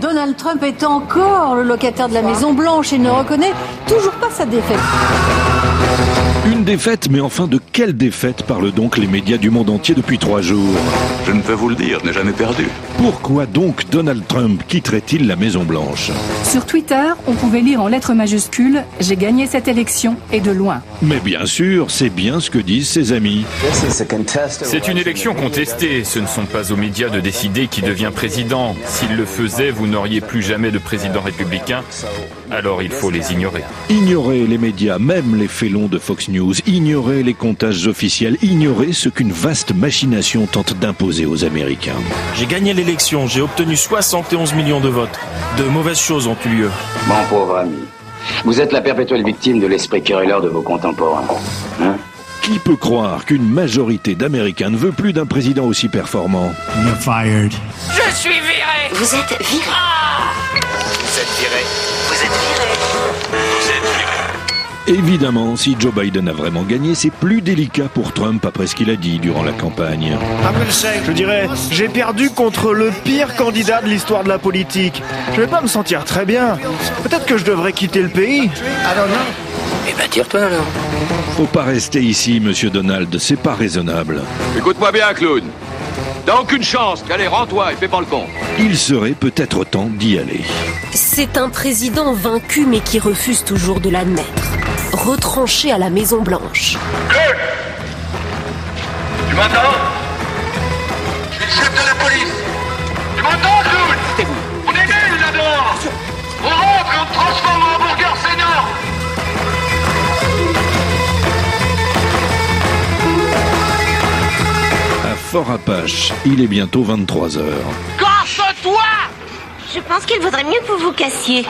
Donald Trump est encore le locataire de la Maison Blanche et ne reconnaît toujours pas sa défaite. Une défaite, mais enfin de quelle défaite parlent donc les médias du monde entier depuis trois jours Je ne peux vous le dire, n'ai jamais perdu. Pourquoi donc Donald Trump quitterait-il la Maison Blanche Sur Twitter, on pouvait lire en lettres majuscules J'ai gagné cette élection et de loin. Mais bien sûr, c'est bien ce que disent ses amis. C'est une élection contestée. Ce ne sont pas aux médias de décider qui devient président. S'ils le faisaient, vous n'auriez plus jamais de président républicain. Alors il faut les ignorer. Ignorer les médias, même les félons de Fox News, ignorer les comptages officiels, ignorer ce qu'une vaste machination tente d'imposer aux Américains. J'ai gagné l'élection, j'ai obtenu 71 millions de votes. De mauvaises choses ont eu lieu. Mon pauvre ami, vous êtes la perpétuelle victime de l'esprit querelleur de vos contemporains. Hein qui peut croire qu'une majorité d'Américains ne veut plus d'un président aussi performant You're fired. Je suis viré Vous êtes viré ah Vous êtes viré Vous êtes viré Vous êtes viré Évidemment, si Joe Biden a vraiment gagné, c'est plus délicat pour Trump après ce qu'il a dit durant la campagne. Je dirais, j'ai perdu contre le pire candidat de l'histoire de la politique. Je vais pas me sentir très bien. Peut-être que je devrais quitter le pays. Alors non Eh ben tire-toi alors. Faut pas rester ici, monsieur Donald, c'est pas raisonnable. Écoute-moi bien, clown. T'as aucune chance. Allez, rends-toi et fais pas le con. Il serait peut-être temps d'y aller. C'est un président vaincu mais qui refuse toujours de l'admettre retranché à la Maison Blanche. Clown Tu m'entends Je suis le chef de la police Tu m'entends, Clown On est nuls là-dedans On rentre et on te transforme en hamburger senior À Fort Apache, il est bientôt 23h. Casse-toi Je pense qu'il vaudrait mieux que vous vous cassiez.